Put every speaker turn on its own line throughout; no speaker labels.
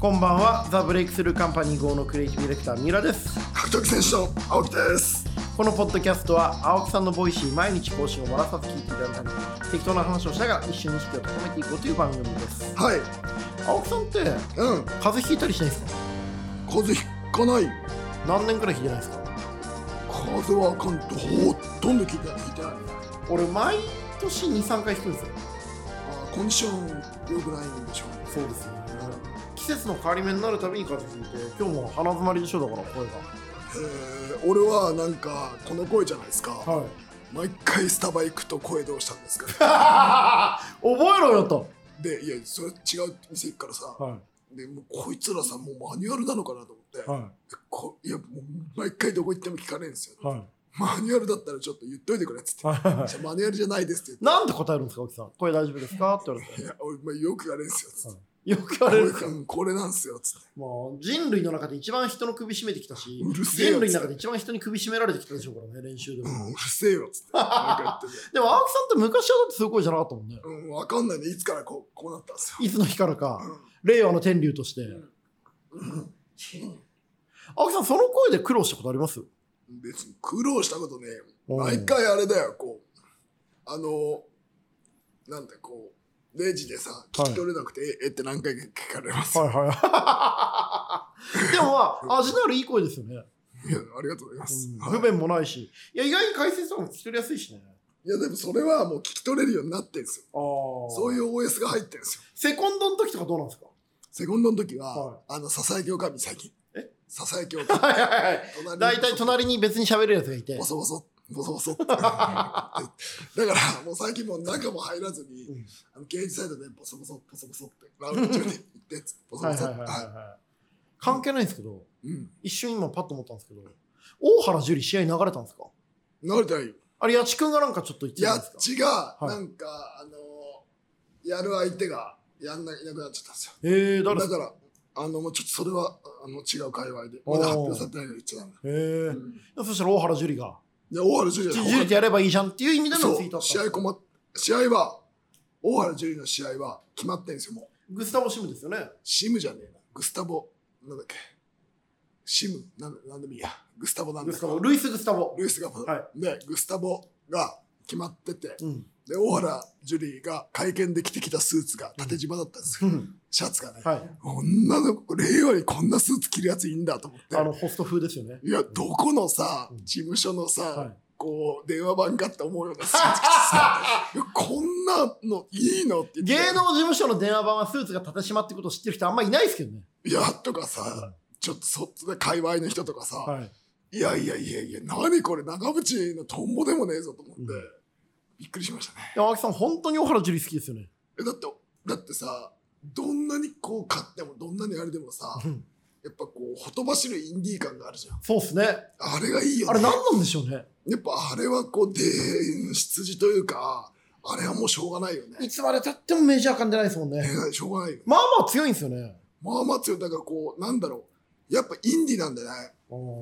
こんばんはザ・ブレイクスルーカンパニー号のクリエイティブディレクター三浦です
格闘技選手の青木です
このポッドキャストは青木さんのボイシー毎日更新を漏らさず聞いていただいたり適当な話をしながら一緒に意識を高めていこうという番組です
はい
青木さんって風
うん
邪ひいたりしないですか
風邪ひかない
何年くらいひいてないですか
風邪はあかんとほとんど聞いてない聞いてない
俺毎年23回引くんですよ
あーコンディション良くないんでしょうね
そうですよね季節の変わり目になるたびに風邪ひいて今日も鼻詰まりでしょだから声
えー、俺はなんかこの声じゃないですか、
がはい
毎回スタバ行くと声どうしたんですか
覚えろよと、
でいやそれ違う店行くからさ、
は
でもうこいつらさもうマニュアルなのかなと思って、
は
こいやもう毎回どこ行っても聞かねえんですよ、
はい
マニュアルだったらちょっと言っといてくれっつってじゃあマニュアルじゃないですって言っ
なんて答えるんですか、奥さん。これ大丈夫ですかって言われ
てい
て。
や俺、まあ、よくやれんすよっつって
よくあ
こ
れ
れ
るんですよ。
うんこれなんすよつって
もう人類の中で一番人の首絞めてきたし
うる、せえよ
人類の中で一番人に首絞められてきたでしょうからね、練習で
う
も。
んうるせえよ つってなんか言ってて
でも青木さんって昔はだってそういう声じゃなかったもんね。
うんわかんないねいつからこうこうなったんですよ
いつの日からか、令和の天竜として。青木さん、その声で苦労したことあります
別に苦労したことねえよ
うん
毎回あれだよこうあのなんだこうレジでさ聞き取れなくて、ええって何回か聞かれますよ、
い はい。でもまあ、味のあるいい声ですよね。
い、やありがとうございます、
うん
は
不
い
便もないし。いや、意外に解説とかも聞き取りやすいしね。
いやでもそれはもう聞き取れるようになってんですよ
ああ。
そういうう OS が入ってんですよ
セコンドの時とかどうなんですか
セコンドの時は、
はい
あのささやきおかみ最近
え
ささやきおかみ
はいはいはい。
隣
大体隣に別に喋るやつがいて
ボ。ソボソ、ボソボ ソって。だから、もう最近もう中も入らずに、
うん
あのゲージサイドでボソボソ、ボソボソって、ラウンド中で行ってっつって、ボソ
はい
ボ
はい
ソ
は
っ
い
て。
はい
は
はい。関係ないんですけど、
い。うん。
一瞬今パッと思ったんですけど、大原樹里試合流れたんですか
慣れたらいいよ。
あれ、八千くんがなんかちょっと言ってた
や
んで
っ
すか
ちが、
はい
なんか、あのー、やる相手が、やんない、いなくなっちゃったんですよ。
えー、誰で
だ
すか
から、あの、もうちょっとそれは、あの、違う界隈で。まだ発表されてないの言っちゃダメだ。
えー
うん
そしたら大原樹里が、
で、大原ジュリ
樹
ア
里とやればいいじゃんっていう意味でのツイート
そ
だ
う、
ったんです
試合
か
困っ、試合は、大原ジュリの試合は決まってんですよ、もう。
グスタボシムですよね。
シムじゃねえな。グスタボ、なんだっけ。シム、なんなんでもいいや。グスタボなん
グ
だ
ス
け
タボ、
ど。
ルイス・グスタボ。
ルイスが、
は
ね、グスタボが決まってて、
うん。
で、大原ジュリーが会見で着てきたスーツが縦縞だったんですよ。シャツがね。
はい。
女の子、令和にこんなスーツ着るやついいんだと思って
あ。の、ホスト風ですよね。
いや、どこのさ、
うん
事務所のさ、
はい
こう、電話番かって思うようなスーツ着て さ、いやこんなのいいのって言って。
芸能事務所の電話番はスーツが縦しまってことを知ってる人あんまいないですけどね。
いや、とかさ、
は
ちょっとそっちで界隈の人とかさ、
はい。
いやいやいやいや、何これ、長渕のトンボでもねえぞと思って、
うん
びっくりしましたね。
でも青木さん、本当に大原樹里好きですよね。
えだって、だってさ、どんなにこう勝っても、どんなにあれでもさ、
うん
やっぱこう、ほとばしるインディー感があるじゃん。
そうっすね。
あれがいいよ
あれ
ね。
何なんでしょうね。
やっぱあれはこう、伝出というか、あれはもうしょうがないよね。
いつまでたってもメジャー感出ないですもんね。
えしょうがないよ。
まあまあ強いんですよね。
まあまあ強い。だからこう、なんだろう。やっぱインディーなんだね。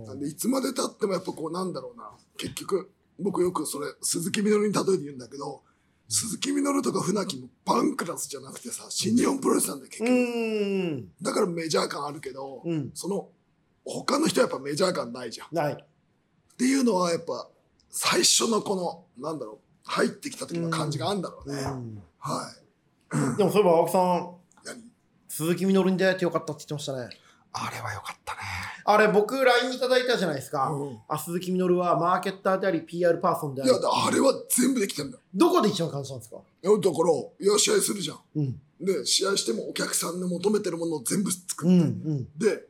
なんでいつまでたってもやっぱこうなんだろうな結局僕よくそれ鈴木みのるに例えて言うんだけど鈴木みのるとか船木もパンクラスじゃなくてさ新日本プロレスなんだよ結
う
局、
ーん。
だからメジャー感あるけど、
うん。
その他の人はやっぱメジャー感ないじゃんっ
ない。
ていうのはやっぱ最初のこのなんだろう入ってきた時の感じがあるんだろうね、
うん。
は
でもそういえば青木さん、
い何
鈴木みのるに出会えてよかったって言ってましたね。
あれは良かったね
あれ僕 LINE いただいたじゃないですか。
うん
あ鈴木みのるはマーケッターであり PR パーソンであ
い
り
や。だあれは全部できてんだよ
どこで一番感じたんですか
いやだからいや試合するじゃん
うん。
で試合してもお客さんの求めてるものを全部作
う
っ
ん
て、
うん。
で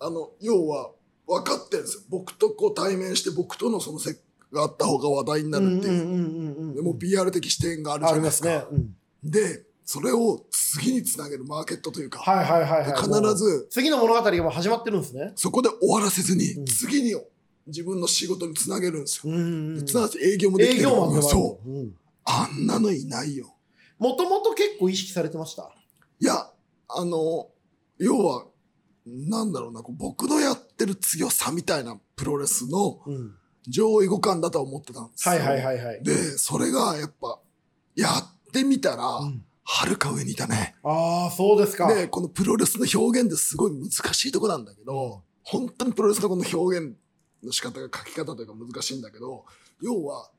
あの要は分かってんですよ僕とこう対面して僕とのそのせがあった方が話題になるっていう,、
うんうんうんうんうん。
でもう PR 的視点があるじゃ
あ
な
り
いで
ますす
か
ね。うん。
でそれを次につなげるマーケットというか、
はいはいはい、
で
はい。
必
もう。
ず
次の物語がもう始まってるんですね。
そこで終わらせずに、
うん
次に自分の仕事につなげるんですよ、
うんうんう
で
ん。
つながって営業もでき
営
てる
業マンでもある
そう
うん。
あんなのいないよ
もともと結構意識されてました。
いやあの要はなんだろうなこう僕のやってる強さみたいなプロレスの
うん。
上位互換だとは思ってたんですよ
はいはいはいはい。
で、それがやっぱ、やってみたら、
うん
はるか上にいたね。
ああ、そうですか。
で、このプロレスの表現ですごい難しいとこなんだけど、本当にプロレスのこの表現の仕方が書き方というか難しいんだけど、要は、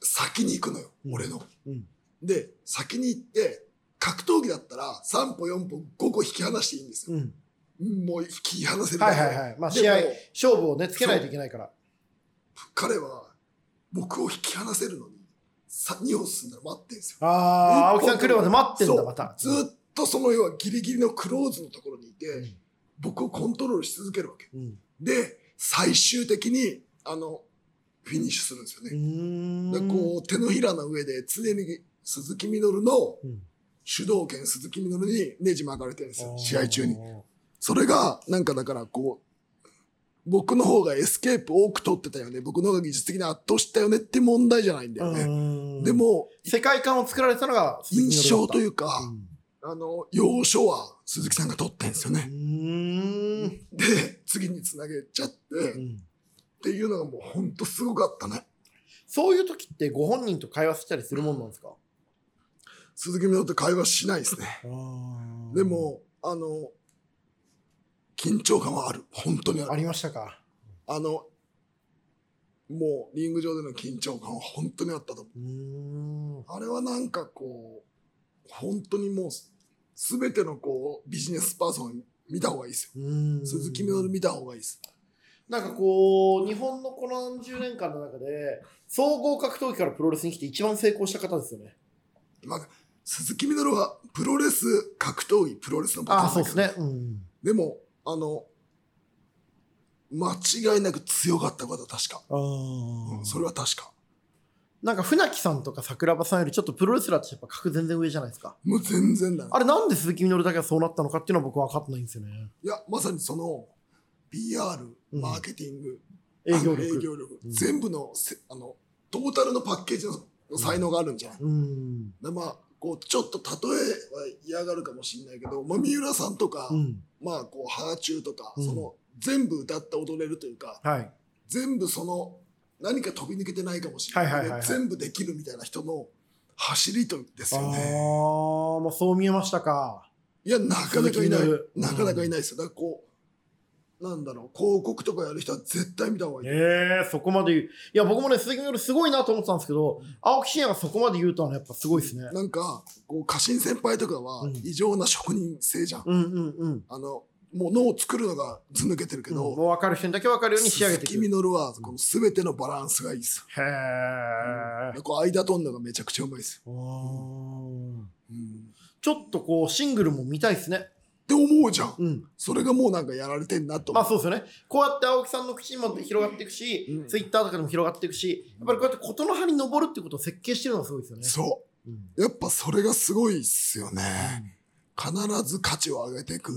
先に行くのよ、
うん
俺の。
うん
で、先に行って、格闘技だったら3歩4歩5個引き離していいんですよ。
うん。
もう引き離せるだ
はい
け
はいはい。まあ、
で
試合
も、
勝負をね、つけないといけないから。
彼は僕を引き離せるのにさ2歩進んだら待ってんですよ。
ああ、青
一
木さん来
本
るまで待ってん
そ
だ、
う
また。
ずっとその要はギリギリのクローズのところにいて、
うん
僕をコントロールし続けるわけ。
うん。
で、最終的にあの、フィニッシュするんですよ
う
ね。
ん。
でこう手のひらの上で常に鈴木みのるの
うん
主導権鈴木みのるにネジ巻かれてるんですよ、試合中に。。
あー
それが、なんかだからこう、僕の方がエスケープ多く取ってたよね。僕の方が技術的に圧倒したよねって問題じゃないんだよ
う
ね。
ん
で、も、
世界観を作られたのが鈴木
印象と
う
いうか、あの、要所は鈴木さんが取ってんですよ
う
ね。
ん。うん
で、次につなげちゃって、
う
っ
ん
ていうのがもうほんとすごかったね。
そういう時ってご本人と会話したりするもんなんですか
鈴木みのると会話しないですね。で、も、あの、緊張感はある。本当にある
あ。りましたか。
あの、もうリング上での緊張感は本当にあったと思う。
うん。
あれはなんかこう、本当にもうす、すべてのこう、ビジネスパーソン見た方がいいですよ。
うん
鈴木みのる見た方がいいです。
なんかこう、日本のこの何十年間の中で、総合格闘技からプロレスに来て一番成功した方ですよね。
まあ、鈴木みのるはプロレス、格闘技、プロレスのパターンだけど。
うん。
でも、あの、間違いなく強かったことは確か。
あ
うん、それは確か。
なんか船木さんとか桜庭さんよりちょっとプロレスラーってやっぱ格全然上じゃないですか。
もう全然だね
あ。れなんで鈴木みのるだけはそうなったのかっていうのは僕は分かってないんですよね。
いや、まさにその、PR、
うん
マーケティング、
営業力。
あの営業力
うん
全部のせあのトータルのパッケージのの才能があるんじゃない、
うん。
でまあこうちょっと例えは嫌がるかもしれないけど、まあ、三浦さんとか、
うん。
まあこうハーチューとか、
うん
その全部歌って踊れるというか
はい。
全部その何か飛び抜けてないかもしれな
は
い,、
いはいはいはい
全部できるみたいな人の走りとです
ああ
よね
ー、まあそう見えましたか。
いやなかなかいな
鈴
い、
木みのる
なかなかいないですよだからこうなんだろう広告とかやる人は絶対見た方がいい、
ええそこまで言う。いや、僕もね、鈴木みのるすごいなと思ってたんですけど、青木真也がそこまで言うとはね、やっぱすごいですね。
なんかこう家臣先輩とかは
うん
異常な職人性じゃん、
うんうんうん。
あのもう脳を作るのがず抜けてるけど、
うんもう分かる人にだけ分かるように仕上げてい
鈴木
く。へ
みのるはこの全てのバランスがいいですよ。
え。
こう間取るのがめちゃくちゃうまいですよ。
うん
うん
ちょっとこうシングルも見たいですね。
って思うじゃん。
うん。
それがもうなんかやられてんなと
ま
思
あそうですよね。こうやって青木さんの口にも広がっていくし、
うん
ツイッターとかでも広がっていくし、やっぱりこうやって事の葉に登るってことを設計してるのがすごいですよ
う。
ね。
そ
うん
う。やっぱそれがすごいっすよね。必ず価値を上げていく。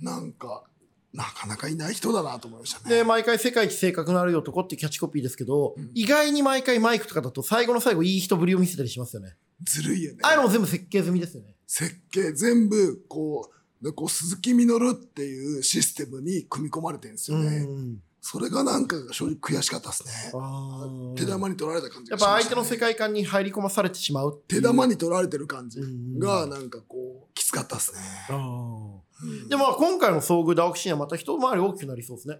なんか、なかなかいない人だなと思いましたね。
で、毎回世界一性格のある男ってキャッチコピーですけど、
うん
意外に毎回マイクとかだと最後の最後いい人ぶりを見せたりしますよね。
ずるいよね
あ。あいうのも全部設計済みですよね。
設計全部こう、でこう鈴木みのるっていうシステムに組み込まれてるんですよね。
ん。
それがなんか正直悔しかったですね。
あー
手玉に取られた感じ
や
が
っ
し
ぱ
ま
相
したね
手の世界観に入り込まされてしまうってい
手
う
玉に取られてる感じ
うん
がなんかこうきつかったですね、うん
でもまあ今回の遭遇で青木真也また一回り大きくなりそうですね。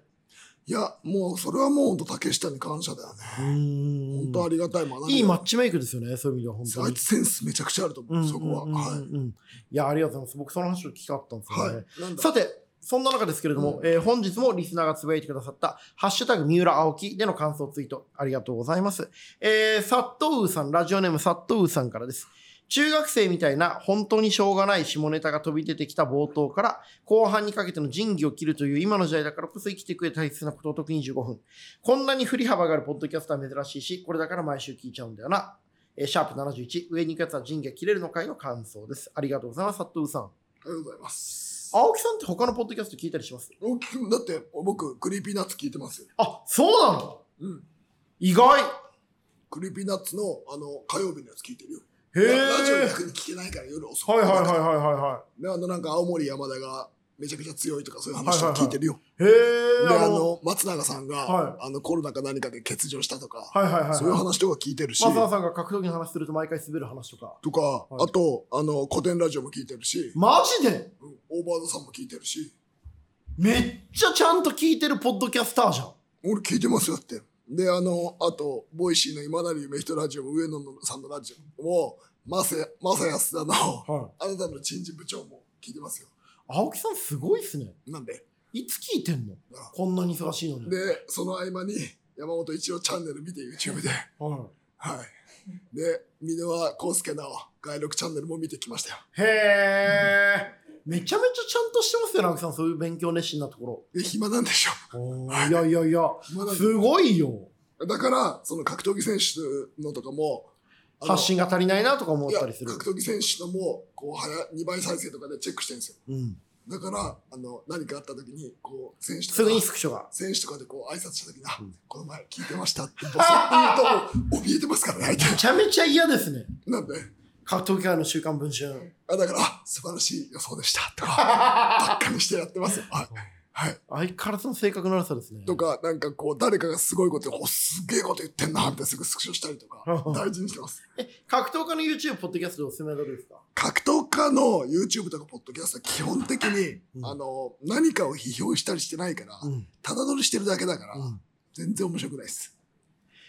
いやもうそれはもう本当竹下に感謝だよね、本当ありがたい学び
いいマッチメイクですよね、そういう意味では本当
あい
に
つ。センスめちゃくちゃあると思う、
うん
そこは、
うんうんうん
はい
うんいや、ありがとうございます。僕、その話を聞きたかったんですよね。
はいなんだ
さて、そんな中ですけれども、
うん
えー本日もリスナーがつぶやいてくださった、ハッシュタグ、三浦青木での感想ツイート、ありがとうございます。えー、サットウーさん、ラジオネームサットウーさんからです。中学生みたいな本当にしょうがない下ネタが飛び出てきた冒頭から後半にかけての仁義を切るという今の時代だからこそ生きていく上で大切なことを特に15分。こんなに振り幅があるポッドキャストは珍しいし、これだから毎週聞いちゃうんだよな。えー、シャープ71、上に行くやつは仁義が切れるの回の感想です。ありがとうございます、サットウーさん。
ありがとうございます
青木さんって他のポッドキャスト聞いたりします
大きくだって僕クリーピーナッツ聞いてますよ、
あ、そうなの
うん、
意外へ
クリーピーナッツのあの火曜日のやつ聞いてるよ
え。
ラジオ逆に聞けないから夜遅く
はいはいはいはいはいは
であのなんか青森山田がめちゃくちゃ強いとかそういう話を聞いてるよ。
へえ。
で、あの、松永さんが、
は
あの、コロナか何かで欠場したとか、
はいはいはいはい。
そういう話とか聞いてるし、
マサさんが格闘技の話すると毎回滑る話とか。
とか、
はい
あと、あの、古典ラジオも聞いてるし、
マジで
うんオーバードさんも聞いてるし、
めっちゃちゃんと聞いてるポッドキャスターじゃん。
俺聞いてますよだって。で、あの、あと、ボイシーの今成夢人ラジオも上野さんのラジオも、まさ、まさやすだの、
はい。
あなたの人事部長も聞いてますよ。
青木さんすごいっすね。
なんで
いつ聞いてんの
あ
こんなに忙しいのに。
で、その合間に、山本一郎チャンネル見て YouTube で、
は
はい。で、箕輪康介の外録チャンネルも見てきましたよ。
い、へえ。めちゃめちゃちゃんとしてますよね、青木さん。そういう勉強熱心なとこ
で、暇なんでしょ
ろ。おーいやいやいや、
暇なんです
ごいよ。
だから、その格闘技選手のとかも、あの
発信が足りないなとか思っ
いや
たりする。
格闘技選手のも、こう、早、2倍再生とかでチェックしてるんですよ。
うん、
だから、あの、何かあった時に、こう、選手
す
と
ぐに
か、
スクショが。
選手とかでこう、挨拶した時に、あ
うん、
この前聞いてましたって、ボソッと言うと、怯えてますからね、相
めちゃめちゃ嫌ですね。
手。なんで、
格闘技界の週刊文 春。
あだから、あ素晴らしい予想でした、と か、ばっかにしてやってますよ。はい。はい。
相変わらずの性格の悪さですね。
とか、なんかこう、誰かがすごいこと、おすげえこと言ってんな、みたいなすぐスクショしたりとか、大事にしてます。
え、格闘家の YouTube、ポッドキャストでおすすめはどれですか
格闘家の YouTube とかポッドキャストは基本的に、
うん
あの、何かを批評したりしてないから、
ん。
ただ乗りしてるだけだから、
う
全然面白くないです。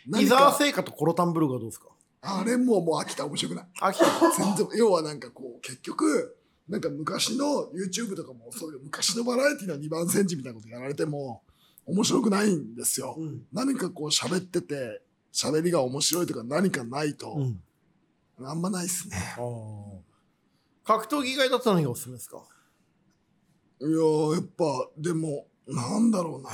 ん、伊沢
何か
製菓とコロタンブルーがどうですか
あれももう飽きた、面白くない。
あ、来た。
全然、要はなんかこう、結局、なんか昔の YouTube とかもそういう昔のバラエティの2番センチみたいなことやられても、面白くないんですよ。
うん。
何かこう喋ってて、喋りが面白いとか何かないと、
うん。
あんまないっすね。
あー格闘技以外だったのがおすすめですか
いやー、やっぱ、でも、なんだろうね。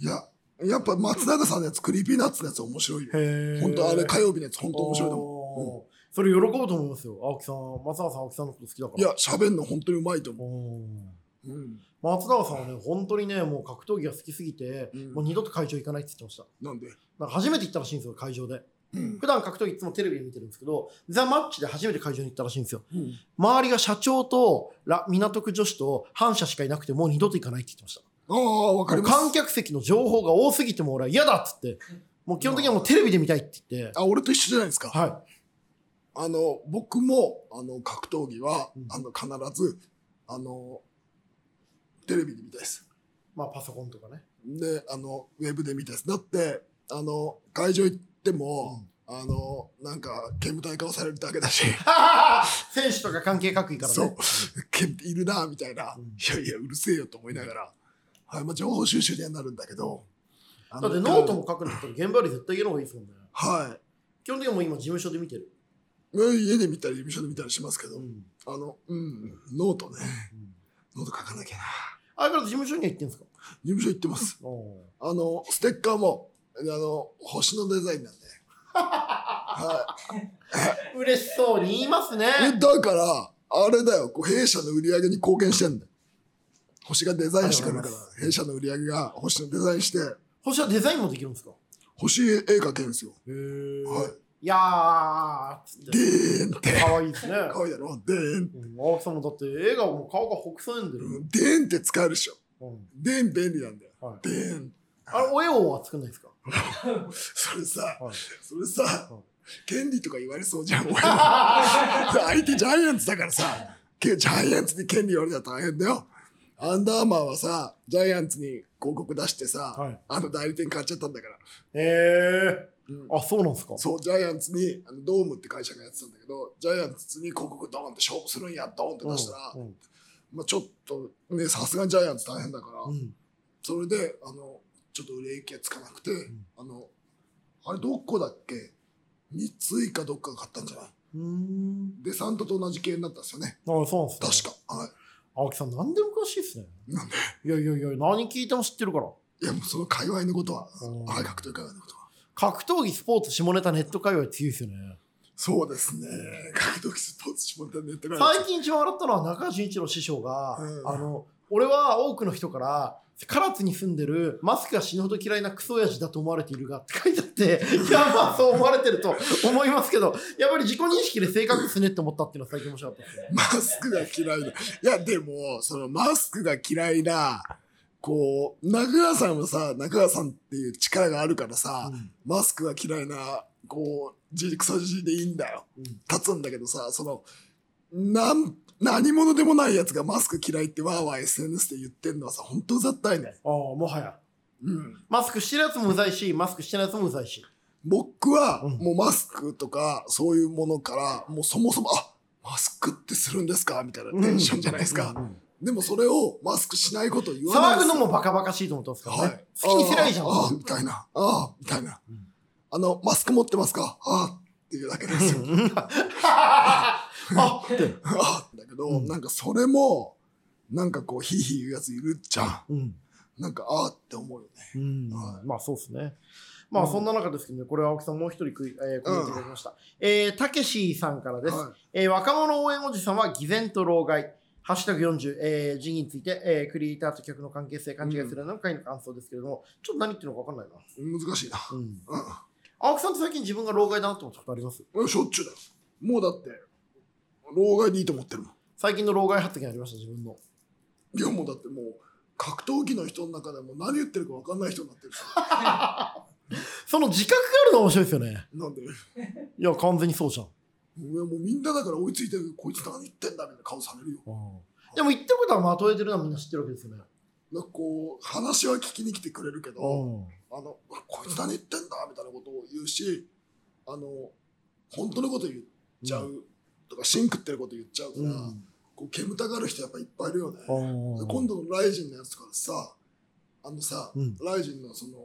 いや、やっぱ松永さんのやつ、クリーピーナッツのやつ面白いよ。
へ
本当あれ火曜日のやつ、本
本
当面白いと思う。
思う。それ喜ぶと思いますよ。青木さん、松永さん、青木さんのこと好きだから。
いや、喋るの本当にうまいと思
おー。
う。うん。
松永さんはね、本当にね、もう格闘技が好きすぎて、
うん
もう二度と会場行かないって言ってました。
なんで。
なんか初めて行ったらしいんですよ、会場で。
うん。
普段格闘技いつもテレビで見てるんですけど、ザ・マッチで初めて会場に行ったらしいんですよ。
うん
周りが社長とら港区女子と反社しかいなくてもう二度と行かないって言ってました。
ああ、わかりま
観
す。
客席の情報が多すぎても俺は嫌だっつって、もう基本的にはもうテレビで見たいって言って、
あ、俺と一緒じゃないですか。
は
あの、僕も、あの、格闘技は
うん、
あの、必ず、あの、テレビで見たいです。
い。まあパソコンとかね。
で、あの、ウェブで見たいです。だって、あの、会場行っても、あの、なんか、煙たい顔されるだけ だし、
選手とか関係各位から
そ
ね
う。、煙いるな、みたいな、
うん
いやいや、うるせえよと思いながら、はい、まあ、情報収集にはなるんだけど、あ
だ
の
ってノートも書くんだったら現場より絶対家の方がいいですもんね。
は
基本的にはもう今事務所で見てる。
い。家で見たり、事務所で見たりしますけど、
うん。
あの、うん、ノートね。
うん
ノート書かなきゃな。
あれから事務所には行ってんですか
事務所行ってます。
お
あの、ステッカーも、あの、星のデザインなんで。は
ー嬉しそうに言いますね。
い。えだから、あれだよ、こう弊社の売り上げに貢献してんだよ。星がデザインしてくれる
あ
か
りがとうござい
ら、弊社の売り上げが星のデザインして、
星はデザインもできるんですか
星絵描けるんですよ。
へえ。
はい
やーっつっ
い。で
て。
ーんって。
かわいい ですね。
かわいいだろでーん。
うん青木さんもだって映画もう顔がほくそ笑んでる。
でーんって使えるでしょ。
うん
でーん便利なんだよ。
はい
でーん。
あれ、お絵をは作んないですか
それさ、
はい
それさ
うん、
権利とか言われそうじゃん、俺。相手ジャイアンツだからさ、けジャイアンツに権利言われたら大変だよ。アンダーアーマーはさ、ジャイアンツに広告出してさ、
はい
あの代理店買っちゃったんだから。
え
うん
ー、あ、そうなんですか
そう、ジャイアンツにあのドームって会社がやってたんだけど、ジャイアンツに広告ドーンって勝負するんや、ドーンって出したら、
うん
まあ、ちょっとね、さすがにジャイアンツ大変だから、
うん
それで、あの、ちょっと売れ行きがつかなくて、
ん
あの、あれどこだっけ三井かどっかが買ったんじゃない
うん。
デサントと同じ系になったんですよね。
あ、そうなんです
確
か。
か。はい。
青木さん、なんでも詳しいっすね。
なんで
いやいやいや、何聞いても知ってるから。
いや、もうその界隈のことは、
うん
あ、学という界隈のことは。
格闘技、スポーツ、下ネタ、ネット界隈強いですよね。
そうですね。格闘技スポーツしもたネットが
最近一番笑ったのは中川純一郎師匠が、
うん
あの、俺は多くの人から、唐津に住んでるマスクが死ぬほど嫌いなクソ親父だと思われているがって書いてあって、 いや、まあそう思われてると 思いますけど、やっぱり自己認識で正確ですねって思ったっていうのは最近面白かったですね。
マスクが嫌いだ。いや、でも、そのマスクが嫌いな、こう、中川さんもさ、中川さんっていう力があるからさ、マスクが嫌いな、こう、じクソじじいでいいんだよ。
うん
立つんだけどさ、その、なん、何者でもないやつがマスク嫌いってわーわー SNS で言ってんのはさ、本当うざったいね。
ああ、もはや。
うん。
マスクしてるやつもうざいし、マスクしてないやつもうざいし。
僕は
うん
もうマスクとかそういうものからもうそもそもあマスクってするんですかみたいなテンションじゃないですか、
うんうん
でもそれをマスクしないことを言わない
騒ぐのもバカバカしいと思ってますから
は
ね。
い、
好きにすりゃいいじゃん。
あああみたいなああみたいな、
うん
あのマスク持ってますかああっていうだけですよ、
あって。
ああだけど、
うん
なんかそれもなんかこうヒーヒー言うやついるじゃん
うん。
なんかああって思うよね
うん
は
まあそうですね。まあそんな中ですけどね、これは青木さんもう一人クイ、えー、コメントいただきました。えー、たけしさんからです。
は
えー若者応援おじさんは偽善と老害。ハッシュタグ40、えー、人について、えークリエイターと客の関係性勘違いするの回の感想ですけれども、ちょっと何言ってるのか分かんない
い、難しいな、
な。うん。
うん
青木さんって最近自分が老害だなと思ったことあります
俺しょっちゅうだよもうだって老害でいいと思ってるもん
最近の老害発言ありました、自分の。
いやもうだってもう格闘技の人の中でも何言ってるか分かんない人になってるし
その自覚があるの面白いですよね。
なんで
いや、完全にそうじゃん。
俺はもうみんなだから追いついてるこいつ何言ってんだみたいな顔されるよ
でも言ってることはまとえてるのはみんな知ってるわけですよね。
なんかこう話は聞きに来てくれるけど
ん。
あのうわこいつ何言ってんだみたいなことを言うしあの本当のこと言っちゃう、とか芯食ってること言っちゃうか
う
ら、
ん。
こう煙たがる人やっぱいっぱいいるよね、
うん
今度のライジンのやつとかさあのさ、
うん
ライジンのその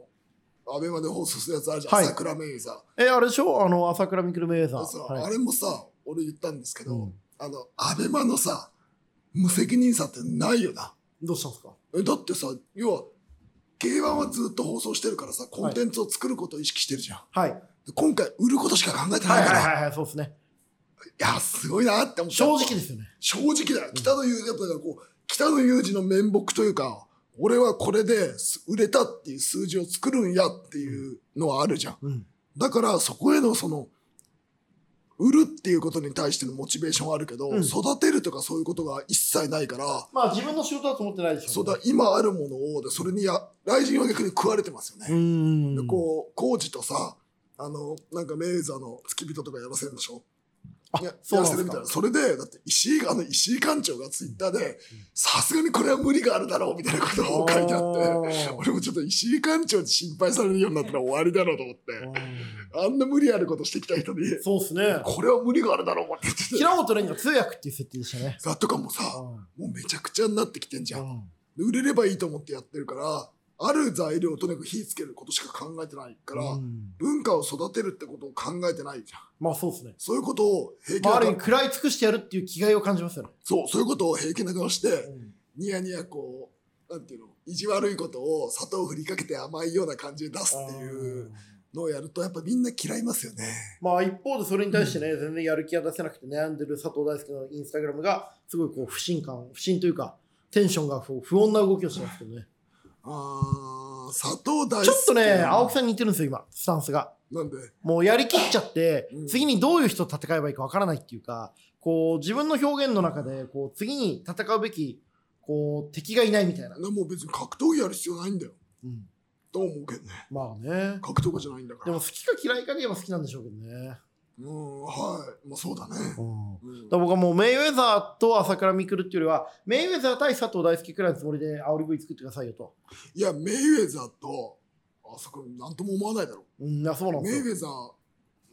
アベマで放送するやつあるじゃん、
はい
桜メイザー
え、あれでしょあの、朝倉未来メイさん。
そう
はい
あれもさ俺言ったんですけど、
うん
あのアベマのさ無責任さってないよな
どうしたんですか
えだってさ要は K1 はずっと放送してるからさコンテンツを作ることを意識してるじゃん、
はい。
で今回売ることしか考えて
は
ないいから、い
はいはいはい、そうですね。
やすごいなって思った
正直ですよね。
正直だよ北野裕二やっぱだからこう北野裕二の面目というか俺はこれです売れたっていう数字を作るんやっていうのはあるじゃん
うん。
だからそこへのその売るっていうことに対してのモチベーションはあるけど、
うん
育てるとかそういうことが一切ないから、
まあ自分の仕事だと思ってないでし
そ
ょ
うだ今あるものをでそれにや雷神は逆に食われてますよ
う
ね。
ん。
でこうコーチとさあのなんかメイザーの付き人とかやらせるんでしょ
あ
や
そう
やら
なんです
せるみたい
か
な。それでだって石井あの石井館長がツイッターでさすがにこれは無理があるだろうみたいなことを書いてあって
あー
俺もちょっと石井館長に心配されるようになったら終わりだろうと思って。
うん
あんな無理あることしてきた人に、
そうですね。
これは無理があるだろうって言ってて
平本蓮が通訳っていう設定でしたね。
だとかもさ、
う
もうめちゃくちゃになってきてんじゃん。
ん。
で売れればいいと思ってやってるから、ある材料をとにかく火つけることしか考えてないから、
うん
文化を育てるってことを考えてないじゃん。
まあそうですね。
そういうことを平気
まああ
な
る意
顔
味、食らい尽くしてやるっていう気概を感じますよね。
そう、そういうことを平気な顔して、
うん
ニヤニヤこう、なんていうの、意地悪いことを砂糖を振りかけて甘いような感じで出すっていうのをやると、やっぱみんな嫌いますよね。
まあ一方でそれに対してね、全然やる気が出せなくて悩んでる佐藤大輔のインスタグラムがすごいこう不信感不信というかテンションがこう不穏な動きをしてますけどね
あー、砂糖大好き。
ちょっとね青木さんに似てるんですよ今スタンスが
なんで、
もうやりきっちゃって
うん
次にどういう人と戦えばいいかわからないっていうかこう自分の表現の中でこう次に戦うべきこう敵がいないみたいな、
なもう別に格闘技やる必要ないんだよ。
うん、
と思うけどね。
まあね
格闘家じゃないんだか
で
ら。
も好きか嫌いかで言えば好きなんでしょうけどね、
うん、はい。まあそうだね。
うん
うん
だから僕はもうメイウェザーと朝倉未来っていうよりはメイウェザー対佐藤大輔くらいのつもりで煽り V 作ってくださいよと。
いや、メイウェザーと、あそこなんとも思わないだろ
うん、あそうな
う。
ん
メ
ですよ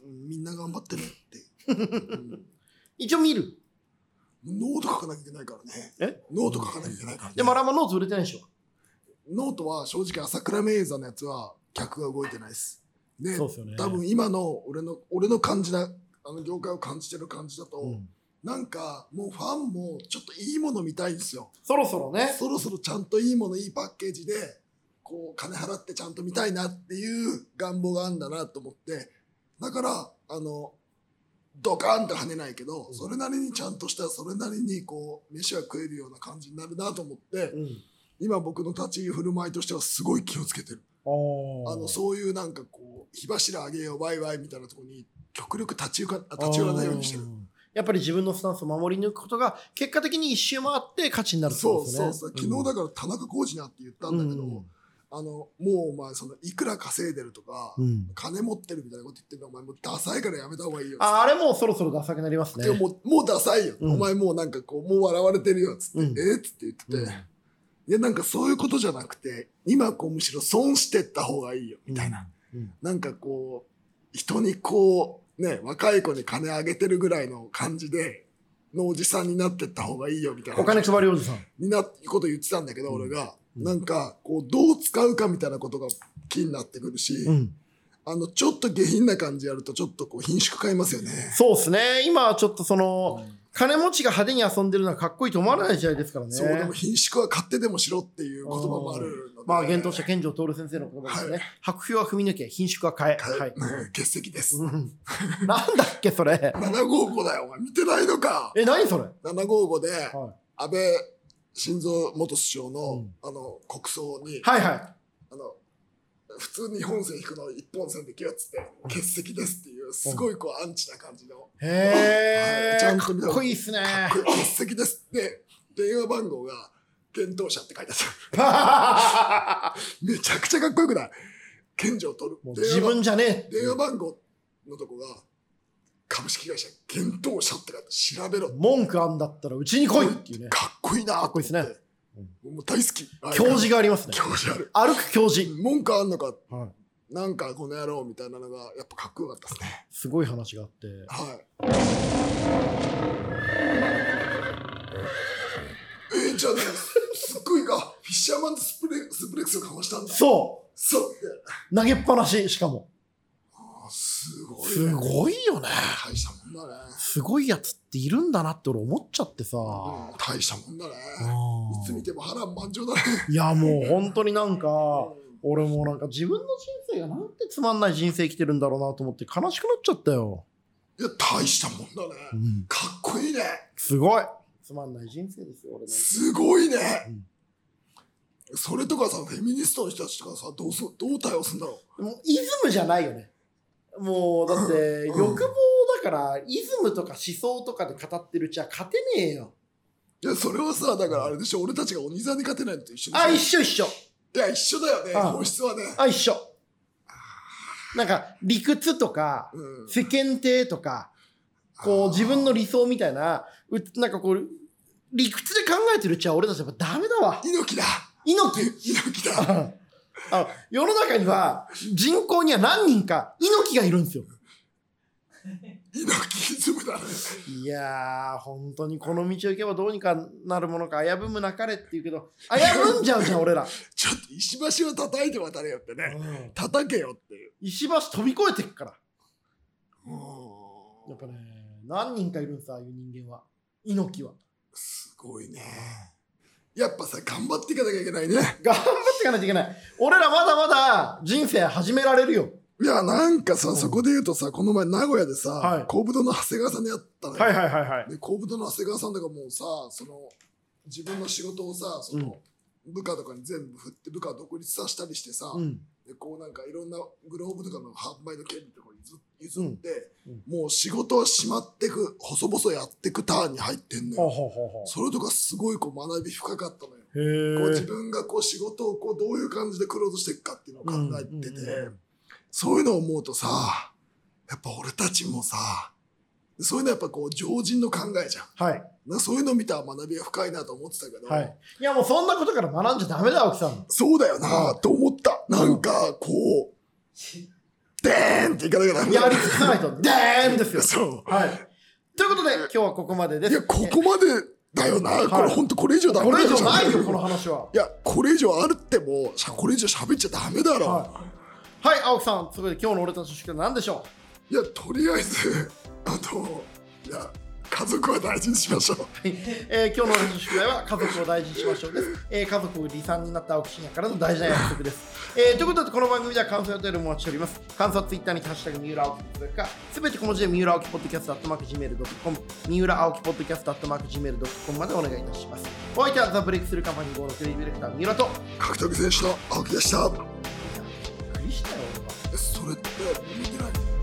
イウェザー、うんみんな頑張ってねって。うん
一応見る。
ノート書かなきゃいけないからね。
え
ノート書かなきゃいけないからね。
でもあれはノート売れてないでしょ。
ノートは正直、朝倉メイウェザーのやつは客が動いてないです。で、
ですよね
多分今の俺の、俺の感じな、あの業界を感じてる感じだと、
うん
なんかもうファンもちょっといいもの見たいんですよ。
そろそろね。
そろそろちゃんといいものいいパッケージでこう金払ってちゃんと見たいなっていう願望があるんだなと思ってだからあのドカーンと跳ねないけどそれなりにちゃんとしたそれなりにこう飯は食えるような感じになるなと思って
うん
今僕の立ち居振る舞いとしてはすごい気をつけてる。
あ
あの、そういうなんかこう、火柱上げよう、ワイワイみたいなところに、極力立ち行か、立ち寄らないようにしてる。
やっぱり自分のスタンスを守り抜くことが、結果的に一周回って価値になるって
そ
こと
う
です
そ
ね。
うそう。昨日だから田中浩二なって言ったんだけど、あの、もうお前、その、いくら稼いでるとか、
うんうん
金持ってるみたいなこと言ってるのお前もうダサいからやめた方がいいよ。
ああれもうそろそろダサくなりますね
で。ももう、もうダサいよ。
うん
お前もうなんかこう、もう笑われてるよ、つって。
うん
えっつって言ってて、
うん
いや、なんかそういうことじゃなくて、今こう、むしろ損してった方がいいよ、みたいな。
うん
なんかこう、人にこう、ね、若い子に金あげてるぐらいの感じで、のおじさんになってった方がいいよみたいな。
お金配りおじさん。
になってこと言ってたんだけど、
うん
俺が。
うん
なんか、こう、どう使うかみたいなことが気になってくるし、
うん
あの、ちょっと下品な感じやると、ちょっとこう、品種買いますよね。
そうですね。今はちょっとその、金持ちが派手に遊んでるのはかっこいいと思わない時代ですからね。
そう、でも品種は買ってでもしろっていう言葉もあるので。
まあ、幻冬者健城徹先生の言葉ですね。白氷は踏み抜け、品種は変え。
はい
はい。
ね欠席です。
うんなんだっけ、そ れ。
755だよ、お前。見てないのか。
え、何それ。
755で、
は
安倍晋三元首相の,、
うん
あの国葬に、
いはいはい。
あの普通日本線引くの一本線できよっつって欠席ですっていうすごいこうアンチな感じの、は
へ
いちゃ
え、
ん
か
と見た
っこいいっすね。
かっこいい欠席ですって電話番号が検討者って書いてあっためちゃくちゃかっこよくない健常取る
もう
電
自
話番
分じゃねえ。
電話番号のとこが株式会社検討者って書いて調べろ
文句あんだったらうちに来いっていうね。
かっこいいなかっ
こいいっすね
もう大好き
教授がありますね。
教授ある
歩く教授。
文句あんのか
はい。
なんかこの野郎みたいなのがやっぱかっこよかったですね。
すごい話があって。
はい。えー、じゃあ、ね、すすっごいが、フィッシャーマンズスプレスプレックスをかましたんだ。
そ
そう。
う投げっぱなし、しかも。
あーすごい、
す
い。
ごいよね。
大したもんだね。
すごいやつっているんだなって俺思っちゃってさ。
うん、大したもんだね。
うん
いつ見ても波乱万丈だね。
いやもう本当になんか、
うん
俺もなんか自分の人生がなんてつまんない人生生きてるんだろうなと思って悲しくなっちゃったよ。
いや、大したもんだね。
うん、
かっこいいね。
すごいつまんない人生ですよ、俺なんて
すごいね。
うん
それとかさ、フェミニストの人たちとかさ、どうそどう対応するんだろう。
もうイズムじゃないよね。もうだって
うん
欲望だからイズムとか思想とかで語ってるうちは勝てねえよ。
いや、それはさ、だからあれでしょ、俺たちがお兄さんに勝てないのと一緒でしょ
あ、一緒一緒。
いや、一緒だよね、
ああ
本質はね。
あ、一緒。なんか理屈とか
うん
世間体とかこう自分の理想みたいな、うなんかこう理屈で考えてるうちは俺たちやっぱダメだわ。
猪木だ
猪木
猪木だ
あの世の中には人口には何人か猪木がいるんですよ。
猪木イズムだね。
いやー、本当にこの道を行けばどうにかなるものか、危ぶむなかれって言うけど、危ぶんじゃうじゃん、俺ら。
ちょっと石橋を叩いて渡れよってね。叩けよっていう。
石橋飛び越えてくから。
う
や
ん
っぱね、何人かいるんです、ああいう人間は。猪木は。
すごいね。やっぱさ、頑張っていかなきゃいけないね。
頑張っていかないといけない。俺らまだまだ人生始められるよ。
いや、なんか
うん
さ、そこで言うとさ、この前名古屋
は
で
い
さ、コブドの長谷川さんに会ったのよ。
はいはいはい。
で、コブドの長谷川さんとかもうさ、その、自分の仕事をさ、その、部下とかに全部振って、部下を独立させたりしてさ、
うん。
でこうなんかいろんなグローブとかの販売の権利とかを譲譲って、
うん
もう仕事はしまってく細々やってくターンに入ってんの
ほう
よ
ほうほうほ
それとかすごいこう学び深かったのよ、
う。へ
こう自
ー
分がこう仕事をこうどういう感じでクローズしていくかっていうのを考えて
うん
て、
うんうんうん
そういうのを思うとさやっぱ俺たちもさそういうのはやっぱこう常人の考えじゃん
はい。
なそういうのを見たら学びが深いなと思ってたけど、
はい。いやもうそんなことから学んじゃダメだ、青木さん。
そうだよなと思ったなんかこうでーんっていかなきゃダメだ
やり尽くさ ないと、でーんですよ。
そ
はい。ということで、今日はここまでで
う。い
す。
や、ここまでだよな。
い
これ本当これ以上ダメ
こ
だ
れ以
よ
上ないよ、この話は。
いや、これ以上あるっても、しゃこれ以上喋っちゃダメだろ。
はい。はい、青木さん、そこで今日の俺たちの宿題は何でしょ
い、や、とりあえず、あの、いや、家族は大事にしましょう。
えー今日の宿題は家族を大事にしましょうです。えー家族を離散になった青木真也からの大事な約束です。えーということで、この番組では感想やお便りもお待ちしております。感想はツイッターにハッシュタグ三浦青木つぶやくか、すべて小文字で三浦青木ポッドキャストアットマーク Gmail.com、三浦青木ポッドキャストアットマーク Gmail.com までお願いいたします。お相手はザ・ブレイクスルーカンパニー号のテレビディレクター、三浦と、
格闘技選手の青木でした。
びっくりしたよ、俺は
えそれって見てない